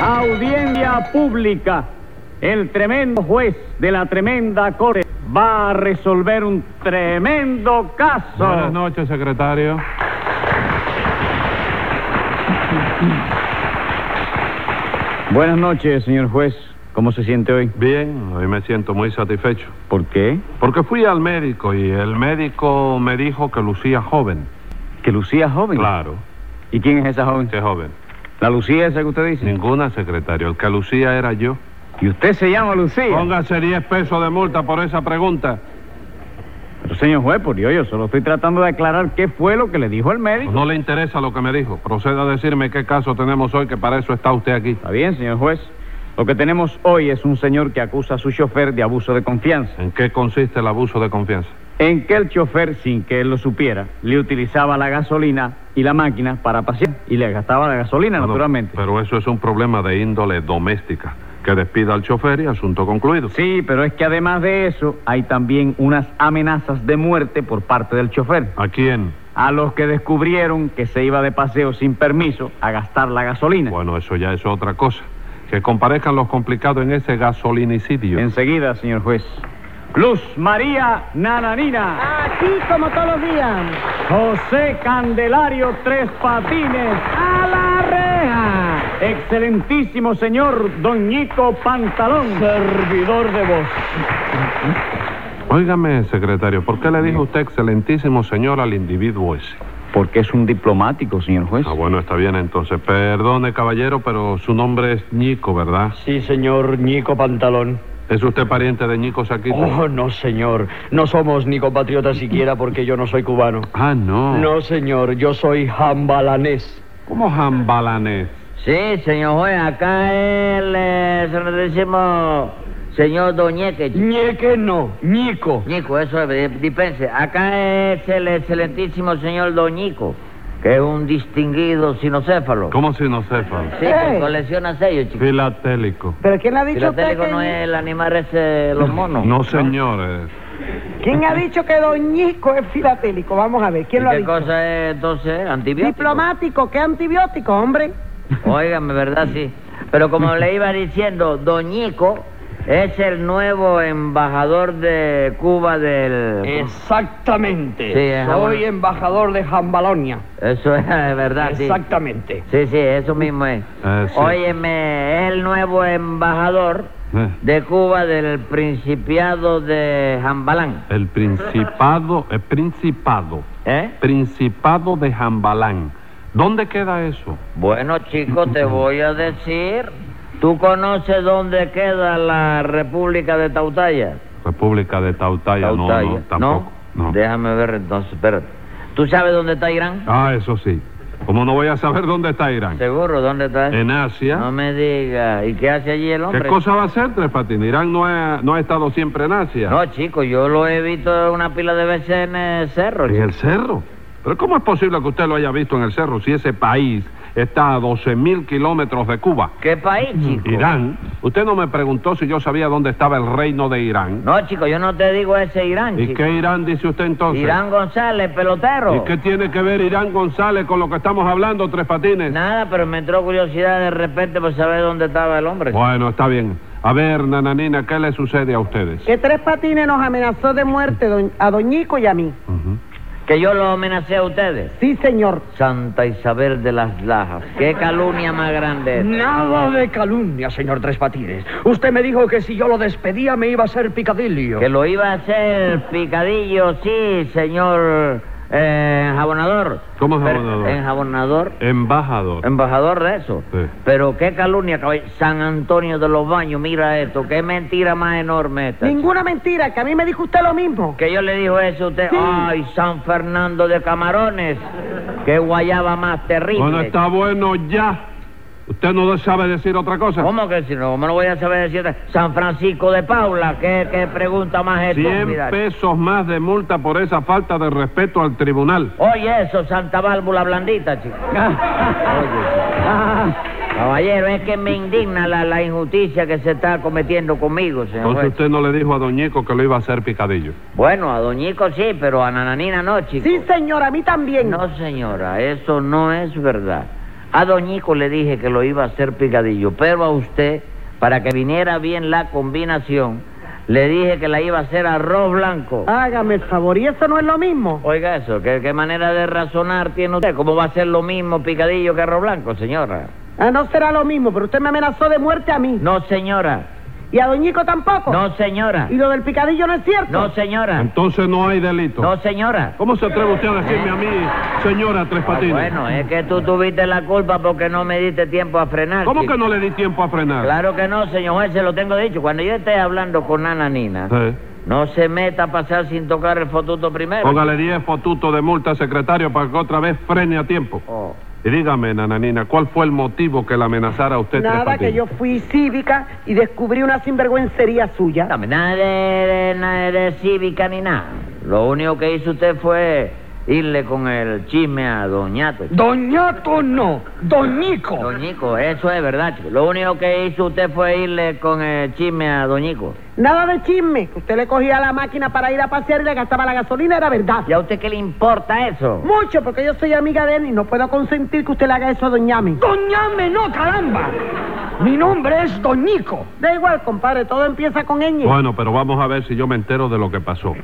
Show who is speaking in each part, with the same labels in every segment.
Speaker 1: Audiencia pública. El tremendo juez de la tremenda corte va a resolver un tremendo caso.
Speaker 2: Buenas noches, secretario.
Speaker 1: Buenas noches, señor juez. ¿Cómo se siente hoy?
Speaker 2: Bien, hoy me siento muy satisfecho.
Speaker 1: ¿Por qué?
Speaker 2: Porque fui al médico y el médico me dijo que lucía joven.
Speaker 1: Que Lucía es joven.
Speaker 2: Claro,
Speaker 1: ¿Y quién es esa joven?
Speaker 2: que joven.
Speaker 1: La Lucía esa que usted dice.
Speaker 2: Ninguna, secretario. El que lucía era yo.
Speaker 1: ¿Y usted se llama Lucía?
Speaker 2: Póngase 10 pesos de multa por esa pregunta.
Speaker 1: Pero, señor juez, por Dios, yo solo estoy tratando de aclarar qué fue lo que le dijo el médico.
Speaker 2: No le interesa lo que me dijo. Proceda a decirme qué caso tenemos hoy, que para eso está usted aquí.
Speaker 1: Está bien, señor juez. Lo que tenemos hoy es un señor que acusa a su chofer de abuso de confianza.
Speaker 2: ¿En qué consiste el abuso de confianza?
Speaker 1: En que el chofer, sin que él lo supiera, le utilizaba la gasolina y la máquina para pasear. Y le gastaba la gasolina,
Speaker 2: No, no,
Speaker 1: naturalmente.
Speaker 2: Pero eso es un problema de índole doméstica. Que despida al chofer y asunto concluido.
Speaker 1: Sí, pero es que además de eso, hay también unas amenazas de muerte por parte del chofer.
Speaker 2: ¿A quién?
Speaker 1: A los que descubrieron que se iba de paseo sin permiso a gastar la
Speaker 3: Eh.
Speaker 1: gasolina.
Speaker 2: Bueno, eso ya es otra cosa. Que comparezcan los complicados en ese gasolinicidio.
Speaker 1: Enseguida, señor juez. Luz María Nananina.
Speaker 4: Aquí como todos los días.
Speaker 1: José Candelario Tres Patines.
Speaker 4: A la reja.
Speaker 1: Excelentísimo señor Doñico Pantalón. Servidor de voz.
Speaker 2: Óigame, secretario, ¿por qué le dijo usted excelentísimo señor al individuo ese?
Speaker 1: Porque es un diplomático, señor juez.
Speaker 2: Ah, bueno, está bien entonces. Perdone, caballero, pero su nombre es Ñico, ¿verdad?
Speaker 3: Sí, señor Nico Pantalón.
Speaker 2: ¿Es usted pariente de Ñico Saquito?
Speaker 3: Oh, no, señor. No somos ni compatriotas siquiera porque yo no soy cubano.
Speaker 2: Ah, no.
Speaker 3: No, señor. Yo soy jambalanés.
Speaker 2: ¿Cómo jambalanés?
Speaker 5: Sí, señor juez, acá él eh, se le decimos señor Doñeque. chico.
Speaker 3: Ñeque no. Ñico.
Speaker 5: Ñico, eso es, eh, dispense. Acá es el excelentísimo señor Doñico, que es un distinguido sinocéfalo.
Speaker 2: ¿Cómo sinocéfalo?
Speaker 5: Sí, que colecciona sellos, chico.
Speaker 2: Filatélico.
Speaker 4: ¿Pero quién le ha dicho a usted
Speaker 5: Filatélico
Speaker 4: que...
Speaker 5: no es el animal ese, los monos.
Speaker 2: No, señores.
Speaker 4: ¿Quién ha dicho que Doñico es filatélico? Vamos a ver,
Speaker 5: ¿Y
Speaker 4: ¿quién lo ha
Speaker 5: qué
Speaker 4: dicho?
Speaker 5: cosa es entonces? Antibiótico.
Speaker 4: Diplomático, ¿qué antibiótico, hombre?
Speaker 5: Óigame, ¿verdad? Sí. Pero como le iba diciendo, Doñico es el nuevo embajador de Cuba del...
Speaker 3: Exactamente.
Speaker 5: Sí, es jambalón.
Speaker 3: soy em- embajador de Jambalonia.
Speaker 5: Eso es eh, verdad, sí.
Speaker 3: Exactamente.
Speaker 5: Sí, sí, eso mismo es.
Speaker 2: Eh, sí.
Speaker 5: Óyeme, es el nuevo embajador
Speaker 2: Eh,
Speaker 5: de Cuba del Principiado de Jambalán.
Speaker 2: el principado, el principado,
Speaker 5: ¿Eh?
Speaker 2: principado de Jambalán. ¿Dónde queda eso?
Speaker 5: Bueno, chico, te voy a decir. ¿Tú conoces dónde queda la República de Tautaya?
Speaker 2: República de Tautaya. No,
Speaker 5: ¿eh?
Speaker 2: no, tampoco. No.
Speaker 5: Déjame ver entonces, espérate. ¿Tú sabes dónde está Irán?
Speaker 2: Ah, eso sí. Como no voy a saber dónde está Irán.
Speaker 5: Seguro, ¿dónde está?
Speaker 2: En Asia.
Speaker 5: No me digas. ¿Y qué hace allí el hombre?
Speaker 2: ¿Qué cosa va a hacer Tres Patines? Irán no ha, no ha estado siempre en Asia.
Speaker 5: No, chico, yo lo he visto una pila de veces en el cerro.
Speaker 2: ¿En
Speaker 5: chico.
Speaker 2: el cerro? ¿Pero cómo es posible que usted lo haya visto en el cerro si ese país está a 12.000 kilómetros de Cuba?
Speaker 5: ¿Qué país, chico?
Speaker 2: Irán. Usted no me preguntó si yo sabía dónde estaba el reino de Irán.
Speaker 5: No, chico, yo no te digo ese Irán,
Speaker 2: ¿Y
Speaker 5: chico.
Speaker 2: qué Irán dice usted entonces?
Speaker 5: Irán González, pelotero.
Speaker 2: ¿Y qué tiene que ver Irán González con lo que estamos hablando, Tres Patines?
Speaker 5: Nada, pero me entró curiosidad de repente por saber dónde estaba el hombre.
Speaker 2: Bueno, está bien. A ver, nananina, ¿qué le sucede a ustedes?
Speaker 4: Que Tres Patines nos amenazó de muerte doñ- a Doñico y a mí.
Speaker 2: Ujú.
Speaker 5: Que yo lo amenacé a ustedes.
Speaker 4: Sí, señor.
Speaker 5: Santa Isabel de las Lajas. Qué calumnia más grande. esta.
Speaker 3: Nada de calumnia, señor Tres Patines. Usted me dijo que si yo lo despedía me iba a hacer picadillo.
Speaker 5: Que lo iba a hacer picadillo, sí, señor eh, enjabonador.
Speaker 2: ¿Cómo
Speaker 5: Pero-
Speaker 2: enjabonador?
Speaker 5: enjabonador,
Speaker 2: Embajador.
Speaker 5: embajador de eso.
Speaker 2: Sí.
Speaker 5: Pero qué calumnia, caball- San Antonio de los Baños, mira esto, qué mentira más enorme esta.
Speaker 4: Ninguna mentira, que a mí me dijo usted lo mismo.
Speaker 5: Que yo le dijo eso a usted,
Speaker 4: Sí.
Speaker 5: ay, San Fernando de Camarones, qué guayaba más terrible.
Speaker 2: Bueno, está bueno ya. ¿Usted no sabe decir otra cosa?
Speaker 5: ¿Cómo que si no? ¿Cómo no voy a saber decir San Francisco de Paula? ¿Qué, qué pregunta más
Speaker 2: 100
Speaker 5: estúpida?
Speaker 2: pesos más de multa por esa falta de respeto al tribunal.
Speaker 5: Oye, eso, Santa Válvula Blandita, chico. Ah, Oye,
Speaker 4: Ah,
Speaker 5: chico. Caballero, es que me indigna la, la injusticia que se está cometiendo conmigo, señor.
Speaker 2: Entonces
Speaker 5: juez.
Speaker 2: usted no le dijo a Doñico que lo iba a hacer picadillo.
Speaker 5: Bueno, a Doñico sí, pero a Nananina no, chico.
Speaker 4: Sí, señor, a mí también.
Speaker 5: No, señora, eso no es verdad. A Doñico le dije que lo iba a hacer picadillo, pero a usted, para que viniera bien la combinación, le dije que la iba a hacer arroz blanco.
Speaker 4: Hágame el favor, y eso no es lo mismo.
Speaker 5: Oiga eso, ¿qué, qué manera de razonar tiene usted? ¿Cómo va a ser lo mismo picadillo que arroz blanco, señora?
Speaker 4: Ah, no será lo mismo, pero usted me amenazó de muerte a mí.
Speaker 5: No, señora.
Speaker 4: ¿Y a Doñico tampoco?
Speaker 5: No, señora.
Speaker 4: Oh. ¿Y lo del picadillo no es cierto?
Speaker 5: No, señora.
Speaker 2: Entonces no hay delito.
Speaker 5: Ah. No, señora.
Speaker 2: ¿Cómo se atreve usted a decirme a mí, señora Tres
Speaker 5: Ah,
Speaker 2: Patines?
Speaker 5: bueno, es que tú tuviste la culpa porque no me diste tiempo a frenar.
Speaker 2: ¿Cómo
Speaker 5: chico.
Speaker 2: que no le di tiempo a frenar?
Speaker 5: Claro que no, señor juez, se lo tengo dicho. Cuando yo esté hablando con Ana Nina,
Speaker 2: Sí.
Speaker 5: no se meta a pasar sin tocar el fotuto primero.
Speaker 2: Póngale 10 fotutos de multa, secretario, para que otra vez frene a tiempo.
Speaker 5: Oh.
Speaker 2: Y dígame, nananina, ¿cuál fue el motivo que la amenazara a usted? Tres
Speaker 4: Nada, que
Speaker 2: Patines?
Speaker 4: yo fui cívica y descubrí una sinvergüencería suya.
Speaker 5: Dame, nada de, de- nada de cívica ni nada. Lo único que hizo usted fue irle con el chisme a Doñato. chico.
Speaker 3: Doñato no, Doñico.
Speaker 5: Doñico, eso es verdad, chico. Lo único que hizo usted fue irle con el chisme a Doñico.
Speaker 4: Nada de chisme, que usted le cogía la máquina para ir a pasear y le gastaba la gasolina, era verdad.
Speaker 5: ¿Y a usted qué le importa eso?
Speaker 4: Mucho, porque yo soy amiga de él y no puedo consentir que usted le haga eso a Doñami.
Speaker 3: Doñame no, caramba. Mi nombre es Doñico.
Speaker 4: Da igual, compadre, todo empieza con ñ.
Speaker 2: Bueno, pero vamos a ver si yo me entero de lo que pasó.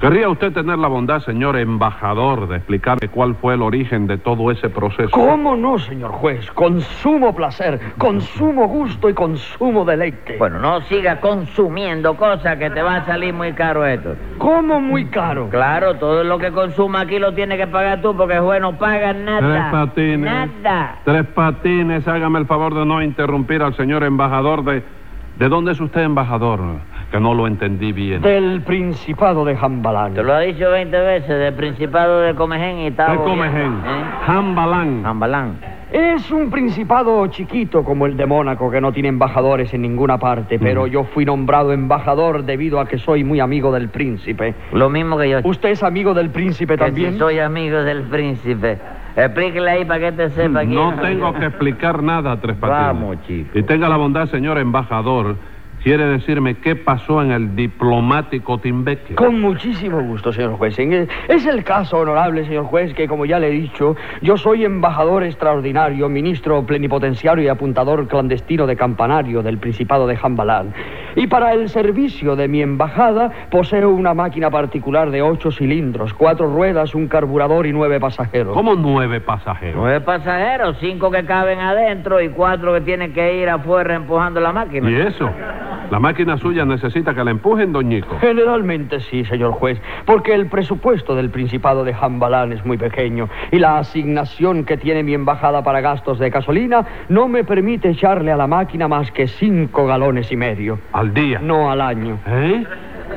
Speaker 2: ¿Querría usted tener la bondad, señor embajador, de explicarme cuál fue el origen de todo ese proceso?
Speaker 3: ¿Cómo no, señor juez? Con sumo placer, con sumo gusto y con sumo deleite.
Speaker 5: Bueno, no siga consumiendo cosas que te va a salir muy caro esto.
Speaker 3: ¿cómo muy caro?
Speaker 5: Claro, todo lo que consuma aquí lo tienes que pagar tú porque el juez no paga
Speaker 2: Tres
Speaker 5: nada.
Speaker 2: patines.
Speaker 5: Nada.
Speaker 2: Tres patines, hágame el favor de no interrumpir al señor embajador de... ¿De dónde es usted embajador? Que no lo entendí bien.
Speaker 3: Del Principado de Jambalán.
Speaker 5: Te lo ha dicho 20 veces del Principado de Comején y ¿eh? tal.
Speaker 2: ¿Qué come, gen? Jambalán.
Speaker 5: Ambalán.
Speaker 3: Es un principado chiquito como el de Mónaco que no tiene embajadores en ninguna parte, pero yo fui nombrado embajador debido a que soy muy amigo del príncipe.
Speaker 5: Lo mismo que yo.
Speaker 3: ¿Usted es amigo del príncipe
Speaker 5: que
Speaker 3: también?
Speaker 5: si soy amigo del príncipe. Explíquele ahí para que te sepa quién
Speaker 2: No
Speaker 5: es.
Speaker 2: tengo que explicar nada, Tres Patines.
Speaker 5: Vamos, chico.
Speaker 2: Y tenga la bondad, señor embajador, quiere decirme qué pasó en el diplomático Timbeque.
Speaker 3: Con muchísimo gusto, señor juez. En el- Es el caso, honorable señor juez, que como ya le he dicho, yo soy embajador extraordinario, ministro plenipotenciario y apuntador clandestino de campanario del Principado de Jambalán. Y para el servicio de mi embajada poseo una máquina particular de ocho cilindros, cuatro ruedas, un carburador y nueve pasajeros.
Speaker 2: ¿Cómo nueve pasajeros?
Speaker 5: Nueve pasajeros, cinco que caben adentro y cuatro que tienen que ir afuera empujando la máquina.
Speaker 2: ¿Y eso? La máquina suya necesita que la empujen, doñico.
Speaker 3: Generalmente sí, señor juez, porque el presupuesto del Principado de Jambalán es muy pequeño y la asignación que tiene mi embajada para gastos de gasolina no me permite echarle a la máquina más que cinco galones y medio,
Speaker 2: Al día.
Speaker 3: no al año.
Speaker 2: ¿Eh?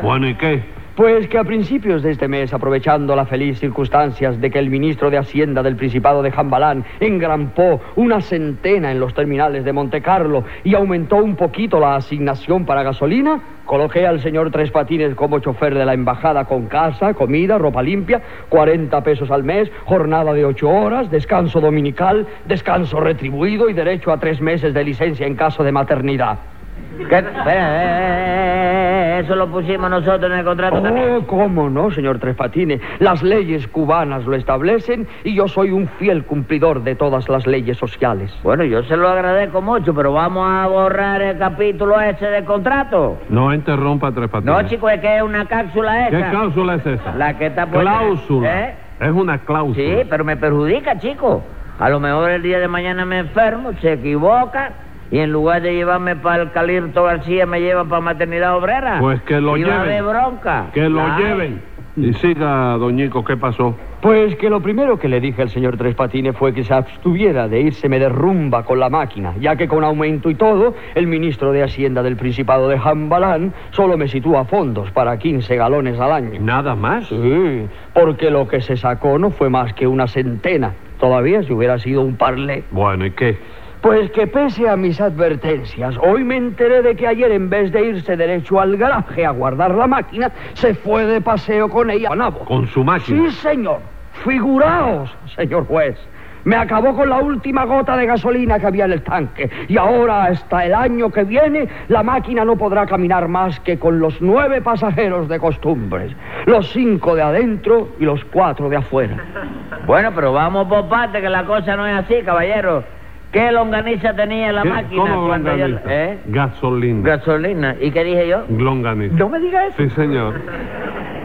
Speaker 2: Bueno, ¿y qué?
Speaker 3: Pues que a principios de este mes, aprovechando las feliz circunstancias de que el ministro de Hacienda del Principado de Jambalán engrampó una centena en los terminales de Monte Carlo y aumentó un poquito la asignación para gasolina, coloqué al señor Tres Patines como chofer de la embajada con casa, comida, ropa limpia, 40 pesos al mes, jornada de 8 horas, descanso dominical, descanso retribuido y derecho a tres meses de licencia en caso de maternidad.
Speaker 5: ¿Qué? Espera, eh, eh, eh, eso lo pusimos nosotros en el contrato también.
Speaker 3: Oh, cómo no, señor Tres Patines. Las leyes cubanas lo establecen y yo soy un fiel cumplidor de todas las leyes sociales.
Speaker 5: Bueno, yo se lo agradezco mucho, pero vamos a borrar el capítulo ese del contrato.
Speaker 2: No interrumpa, Tres Patines.
Speaker 5: No, chico, es que es una cápsula
Speaker 2: ¿Qué
Speaker 5: esa.
Speaker 2: cláusula es esa?
Speaker 5: La que está puesta-
Speaker 2: Cláusula.
Speaker 5: ¿Eh?
Speaker 2: Es una cláusula.
Speaker 5: Sí, pero me perjudica, chico. A lo mejor el día de mañana me enfermo, se equivoca, y en lugar de llevarme para el Calirto García, me llevan para maternidad obrera.
Speaker 2: Pues que lo
Speaker 5: Y va a
Speaker 2: lleven.
Speaker 5: haber bronca.
Speaker 2: Que lo
Speaker 5: Ay,
Speaker 2: lleven. Y siga, doñico, ¿qué pasó?
Speaker 3: Pues que lo primero que le dije al señor Tres Patines fue que se abstuviera de irseme de rumba con la máquina, ya que con aumento y todo, el ministro de Hacienda del Principado de Jambalán solo me sitúa fondos para 15 galones al año.
Speaker 2: Nada más.
Speaker 3: Sí, porque lo que se sacó no fue más que una centena. Todavía si hubiera sido un parlé.
Speaker 2: Bueno, ¿y qué?
Speaker 3: Pues que pese a mis advertencias, hoy me enteré de que ayer en vez de irse derecho al garaje a guardar la máquina, se fue de paseo con ella a Nabo.
Speaker 2: Con su máquina.
Speaker 3: Sí, señor. Figuraos, señor juez. Me acabó con la última gota de gasolina que había en el tanque. Y ahora, hasta el año que viene, la máquina no podrá caminar más que con los nueve pasajeros de costumbres. Los cinco de adentro y los cuatro de afuera.
Speaker 5: Bueno, pero vamos por parte, que la cosa no es así, caballero. ¿Qué longaniza tenía la
Speaker 2: ¿Qué-
Speaker 5: máquina?
Speaker 2: ¿Cómo
Speaker 5: cuando yo-
Speaker 2: longaniza?
Speaker 5: ¿Eh?
Speaker 2: Gasolina.
Speaker 5: Gasolina. ¿Y qué dije yo?
Speaker 2: longaniza.
Speaker 4: No me diga eso.
Speaker 2: Sí, señor.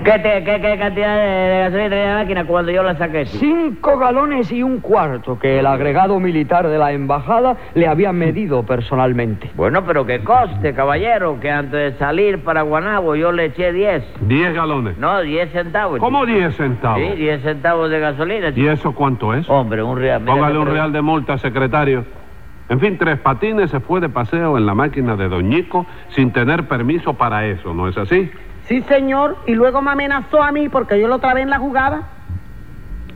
Speaker 5: ¿Qué, te- qué- qué cantidad de, de gasolina tenía la máquina cuando yo la saqué?
Speaker 3: Cinco galones y un cuarto que el agregado militar de la embajada le había medido personalmente.
Speaker 5: Bueno, pero que coste, caballero, que antes de salir para Guanabo yo le eché 10.
Speaker 2: Diez galones.
Speaker 5: No, 10 centavos.
Speaker 2: ¿Cómo
Speaker 5: chico.
Speaker 2: diez centavos?
Speaker 5: Sí, 10 centavos de gasolina.
Speaker 2: ¿Y
Speaker 5: chico.
Speaker 2: eso cuánto es?
Speaker 5: Hombre, un real. mira
Speaker 2: Póngale
Speaker 5: que
Speaker 2: un
Speaker 5: pre-
Speaker 2: real de multa, secretario. En fin, Tres Patines se fue de paseo en la máquina de Doñico sin tener permiso para eso, ¿no es así?
Speaker 4: Sí, señor. Y luego me amenazó a mí porque yo lo trabé en la jugada.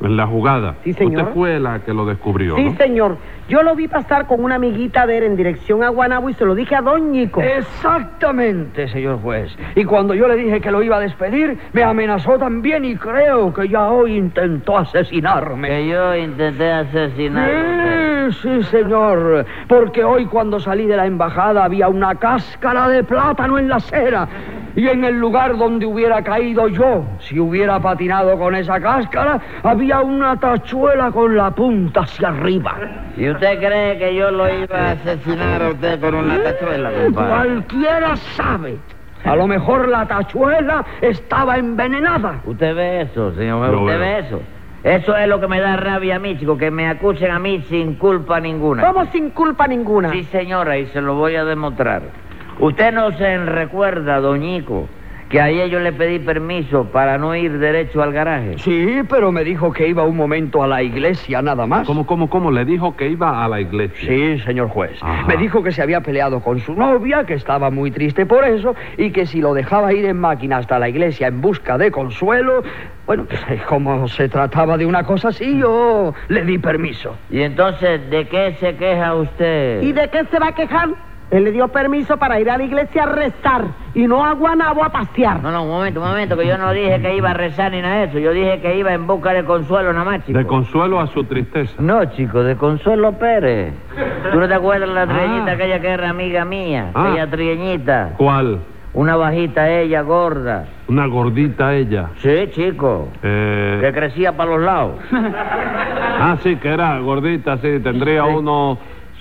Speaker 2: En la jugada.
Speaker 4: Sí, señor.
Speaker 2: Usted fue la que lo descubrió,
Speaker 4: Sí,
Speaker 2: ¿no?
Speaker 4: señor. Yo lo vi pasar con una amiguita de él en dirección a Guanabo y se lo dije a Don Ñico.
Speaker 3: Eh. Exactamente, señor juez. Y cuando yo le dije que lo iba a despedir, me amenazó también y creo que ya hoy intentó asesinarme.
Speaker 5: Que yo intenté asesinar.
Speaker 3: Sí, Mm, sí, señor. Porque hoy cuando salí de la embajada había una cáscara de plátano en la acera. Y en el lugar donde hubiera caído yo, si hubiera patinado con esa cáscara, había una tachuela con la punta hacia arriba.
Speaker 5: ¿Y usted cree que yo lo iba a asesinar a usted con una tachuela, compadre?
Speaker 3: Cualquiera sabe. A lo mejor la tachuela estaba envenenada.
Speaker 5: ¿Usted ve eso, señor?
Speaker 2: Lo veo.
Speaker 5: ¿Usted ve eso? Eso es lo que me da rabia a mí, chico, que me acusen a mí sin culpa ninguna.
Speaker 4: ¿Cómo sin culpa ninguna?
Speaker 5: Sí, señora, y se lo voy a demostrar. Usted no se recuerda, doñico, que ayer yo le pedí permiso para no ir derecho al garaje.
Speaker 3: Sí, pero me dijo que iba un momento a la iglesia nada más.
Speaker 2: ¿Cómo, cómo, cómo? Le dijo que iba a la iglesia.
Speaker 3: Sí, señor juez.
Speaker 2: Ajá.
Speaker 3: Me dijo que se había peleado con su novia, que estaba muy triste por eso, y que si lo dejaba ir en máquina hasta la iglesia en busca de consuelo, bueno, como se trataba de una cosa así, yo le di permiso.
Speaker 5: Y entonces, ¿de qué se queja usted?
Speaker 4: ¿Y de qué se va a quejar? Él le dio permiso para ir a la iglesia a rezar y no a Guanabo a pasear.
Speaker 5: No, no, un momento, un momento, que yo no dije que iba a rezar ni nada de eso. Yo dije que iba en busca de consuelo nada más, chico.
Speaker 2: De consuelo a su tristeza.
Speaker 5: No, chico, de Consuelo Pérez. ¿Tú no te acuerdas la trieñita
Speaker 2: Ah.
Speaker 5: aquella que era amiga mía?
Speaker 2: Ah.
Speaker 5: Aquella trieñita.
Speaker 2: ¿Cuál?
Speaker 5: Una bajita ella, gorda.
Speaker 2: Una gordita ella.
Speaker 5: Sí, chico.
Speaker 2: Eh,
Speaker 5: Que crecía para los lados.
Speaker 2: Ah, sí, que era gordita, sí. Tendría unos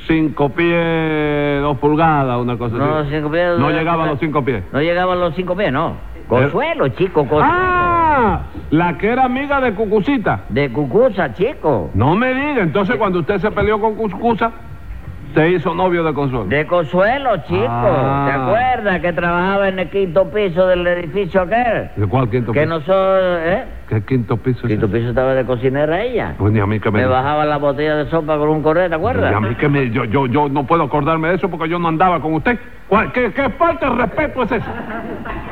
Speaker 2: cinco pies, dos pulgadas, una cosa
Speaker 5: No,
Speaker 2: así.
Speaker 5: cinco pies,
Speaker 2: No
Speaker 5: dos-
Speaker 2: llegaba a los cinco pies.
Speaker 5: No llegaba a los cinco pies, no. Consuelo, chico, Consuelo.
Speaker 2: Eh, ¡Ah! La que era amiga de Cucucita.
Speaker 5: De Cucusa, chico.
Speaker 2: No me diga. Entonces, cuando usted se peleó con Cucusa, se hizo novio de Consuelo.
Speaker 5: De Consuelo, chico.
Speaker 2: Ah.
Speaker 5: ¿Te acuerdas que trabajaba en el quinto piso del edificio aquel?
Speaker 2: ¿De cuál quinto
Speaker 5: Que
Speaker 2: piso?
Speaker 5: nosotros, ¿eh?
Speaker 2: ¿Qué quinto piso es
Speaker 5: Quinto
Speaker 2: ese?
Speaker 5: piso estaba de cocinera ella.
Speaker 2: Pues ni a mí que me...
Speaker 5: Me bajaba la botella de sopa con un correo, ¿te acuerdas?
Speaker 2: Ni a mí que me... Yo, yo, yo no puedo acordarme de eso porque yo no andaba con usted. ¿Cuál- ¿Qué, qué falta de respeto es eso?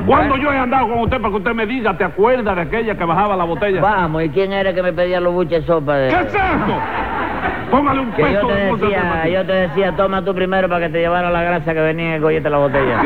Speaker 2: ¿Cuándo yo he andado con usted para que usted me diga, te acuerdas de aquella que bajaba la botella?
Speaker 5: Vamos, ¿y quién era que me pedía los buches de sopa de.?
Speaker 2: ¿Qué es esto? Póngale un
Speaker 5: Que yo
Speaker 2: peso
Speaker 5: te
Speaker 2: de multa a ese
Speaker 5: decía,
Speaker 2: partido.
Speaker 5: yo te decía, toma tú primero para que te llevara la grasa que venía en el gollete de la
Speaker 2: ¿Qué es
Speaker 5: botella.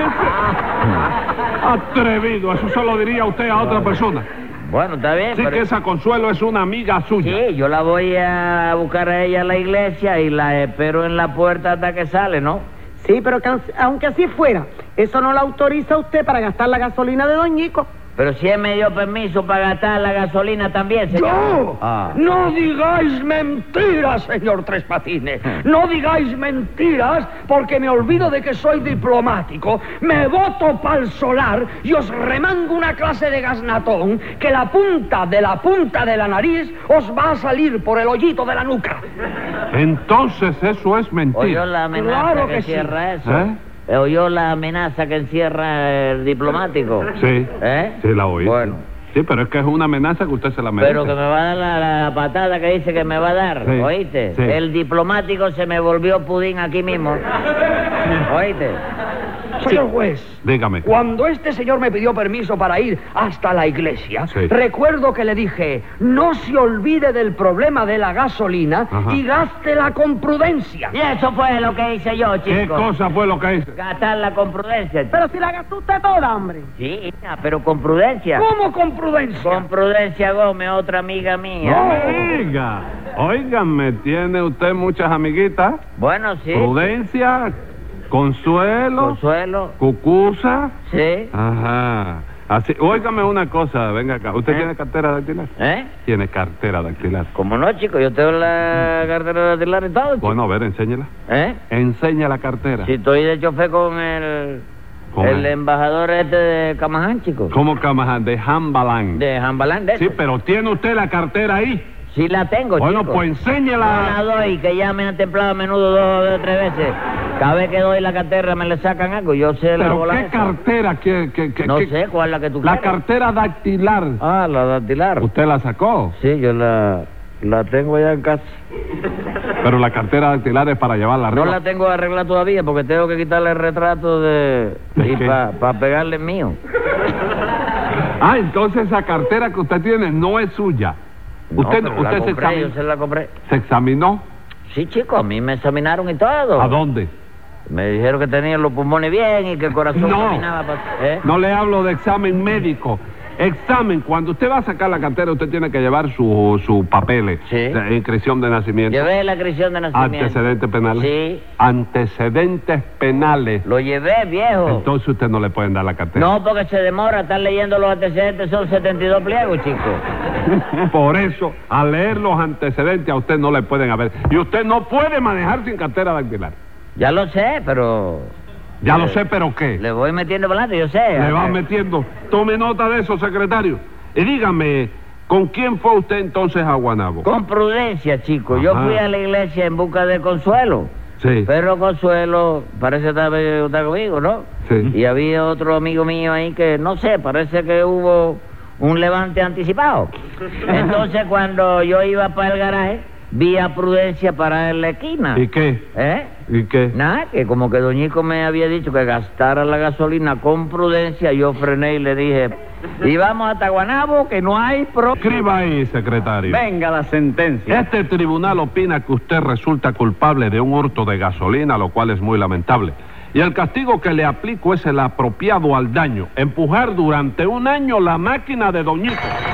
Speaker 2: esto? Atrevido, eso se lo diría usted a otra persona.
Speaker 5: Bueno, está bien,
Speaker 2: Así
Speaker 5: pero-
Speaker 2: que esa Consuelo es una amiga suya.
Speaker 5: Sí, yo la voy a buscar a ella a la iglesia y la espero en la puerta hasta que sale, ¿no?
Speaker 4: Sí, pero que ans- aunque así fuera, eso no lo autoriza usted para gastar la gasolina de Don Ñico.
Speaker 5: Pero si él me dio permiso para gastar la gasolina también, señor.
Speaker 3: ¡Yo!
Speaker 5: Ah.
Speaker 3: No digáis mentiras, señor Tres Patines.
Speaker 2: Hmm.
Speaker 3: No digáis mentiras porque me olvido de que soy diplomático. Me voto pa'l solar y os remango una clase de gasnatón que la punta de la punta de la nariz os va a salir por el hoyito de la nuca.
Speaker 2: Entonces eso es
Speaker 5: Oyó
Speaker 2: mentira.
Speaker 5: Pues la amenaza
Speaker 3: Claro
Speaker 5: que,
Speaker 3: que sí.
Speaker 5: encierra
Speaker 2: ¿Eh?
Speaker 5: eso. ¿Eh? Oyó la amenaza que encierra el diplomático.
Speaker 2: Sí.
Speaker 5: ¿Eh?
Speaker 2: Sí, la oí.
Speaker 5: Bueno.
Speaker 2: Sí, pero es que es una amenaza que usted se la merece.
Speaker 5: Pero que me va a dar la, la patada que dice que me va a dar,
Speaker 2: Sí,
Speaker 5: ¿oíste?
Speaker 2: sí.
Speaker 5: El diplomático se me volvió pudín aquí mismo, ¿oíste?
Speaker 3: Señor juez.
Speaker 2: Dígame.
Speaker 3: Cuando este señor me pidió permiso para ir hasta la iglesia,
Speaker 2: Sí.
Speaker 3: recuerdo que le dije, no se olvide del problema de la gasolina
Speaker 2: Ajá.
Speaker 3: y gástela con prudencia.
Speaker 5: Y eso fue lo que hice yo,
Speaker 2: ¿Qué
Speaker 5: chico.
Speaker 2: cosa fue lo que hice?
Speaker 5: Gastarla con prudencia.
Speaker 4: Pero si la gastó usted toda, hombre.
Speaker 5: Sí, hija, pero con prudencia.
Speaker 3: ¿Cómo con prudencia?
Speaker 5: Con prudencia Gómez, otra amiga mía.
Speaker 2: Oiga, oígame, tiene usted muchas amiguitas.
Speaker 5: Bueno, sí.
Speaker 2: Prudencia, Consuelo,
Speaker 5: Consuelo.
Speaker 2: Cucusa.
Speaker 5: Sí.
Speaker 2: Ajá. Así, óigame una cosa, venga acá. ¿Usted
Speaker 5: ¿Eh?
Speaker 2: tiene cartera dactilar?
Speaker 5: ¿Eh?
Speaker 2: Tiene cartera dactilar.
Speaker 5: Como no, chico, yo tengo la cartera de la y todo, chico.
Speaker 2: Bueno, a ver, enséñela.
Speaker 5: ¿Eh?
Speaker 2: Enseña la cartera.
Speaker 5: Si estoy de chofer con el...
Speaker 2: Con
Speaker 5: el
Speaker 2: el-
Speaker 5: embajador este de Camaján, chico.
Speaker 2: ¿Cómo Camaján? De Jambalán.
Speaker 5: De Jambalán, de
Speaker 2: Sí,
Speaker 5: eso.
Speaker 2: pero ¿tiene usted la cartera ahí?
Speaker 5: Sí la tengo,
Speaker 2: Bueno,
Speaker 5: chico.
Speaker 2: pues
Speaker 5: No la
Speaker 2: enséñela.
Speaker 5: doy, que ya me han templado a menudo dos o tres veces. Cada vez que doy la cartera me le sacan algo, yo sé la
Speaker 2: ¿Pero
Speaker 5: bola
Speaker 2: qué
Speaker 5: esa.
Speaker 2: cartera? ¿Qué, qué, qué-
Speaker 5: No
Speaker 2: qué-
Speaker 5: sé cuál es la que tú
Speaker 2: La
Speaker 5: quieres.
Speaker 2: cartera dactilar.
Speaker 5: Ah, la dactilar.
Speaker 2: ¿Usted la sacó?
Speaker 5: Sí, yo la, la tengo allá en casa.
Speaker 2: Pero la cartera dactilar es para llevarla
Speaker 5: No
Speaker 2: arriba.
Speaker 5: la tengo arreglada todavía porque tengo que quitarle el retrato de...
Speaker 2: ¿De
Speaker 5: Y
Speaker 2: qué?
Speaker 5: para pegarle el mío.
Speaker 2: Ah, entonces esa cartera que usted tiene no es suya.
Speaker 5: No,
Speaker 2: usted
Speaker 5: pero
Speaker 2: usted
Speaker 5: la
Speaker 2: se,
Speaker 5: compré,
Speaker 2: examinó,
Speaker 5: yo se la compré.
Speaker 2: se examinó.
Speaker 5: Sí, chico, a mí me examinaron y todo.
Speaker 2: ¿A dónde?
Speaker 5: Me dijeron que tenía los pulmones bien y que el corazón
Speaker 2: No.
Speaker 5: caminaba pa- ¿Eh?
Speaker 2: No le hablo de examen médico. Examen, cuando usted va a sacar la cartera, usted tiene que llevar sus su papeles.
Speaker 5: Sí.
Speaker 2: de inscripción de nacimiento.
Speaker 5: Llevé la crisión de nacimiento.
Speaker 2: Antecedentes penales.
Speaker 5: Sí.
Speaker 2: Antecedentes penales.
Speaker 5: Lo llevé, viejo.
Speaker 2: Entonces usted no le pueden dar la cartera.
Speaker 5: No, porque se demora, están leyendo los antecedentes, son 72 pliegos, chico.
Speaker 2: Por eso, al leer los antecedentes, a usted no le pueden haber. Y usted no puede manejar sin cartera dactilar.
Speaker 5: Ya lo sé, pero
Speaker 2: Ya lo sé, pero ¿qué?
Speaker 5: le voy metiendo para adelante, yo sé. Eh,
Speaker 2: Le va metiendo. Tome nota de eso, secretario. Y dígame, ¿con quién fue usted entonces a Guanabo?
Speaker 5: Con prudencia, chico. Yo
Speaker 2: Ajá.
Speaker 5: fui a la iglesia en busca de consuelo.
Speaker 2: Sí.
Speaker 5: Pero Consuelo, parece que estaba- está conmigo, ¿no?
Speaker 2: Sí.
Speaker 5: Y había otro amigo mío ahí que, no sé, parece que hubo un levante anticipado. Entonces, cuando yo iba para el garaje, vi a Prudencia parar en la esquina.
Speaker 2: ¿Y qué?
Speaker 5: ¿Eh?
Speaker 2: ¿Y qué?
Speaker 5: Nada, que como que Doñico me había dicho que gastara la gasolina con prudencia, yo frené y le dije, y vamos hasta Guanabo, que no hay pro...
Speaker 2: Escriba ahí, secretario.
Speaker 1: Venga la sentencia.
Speaker 2: Este tribunal opina que usted resulta culpable de un hurto de gasolina, lo cual es muy lamentable. Y el castigo que le aplico es el apropiado al daño, empujar durante un año la máquina de Doñico.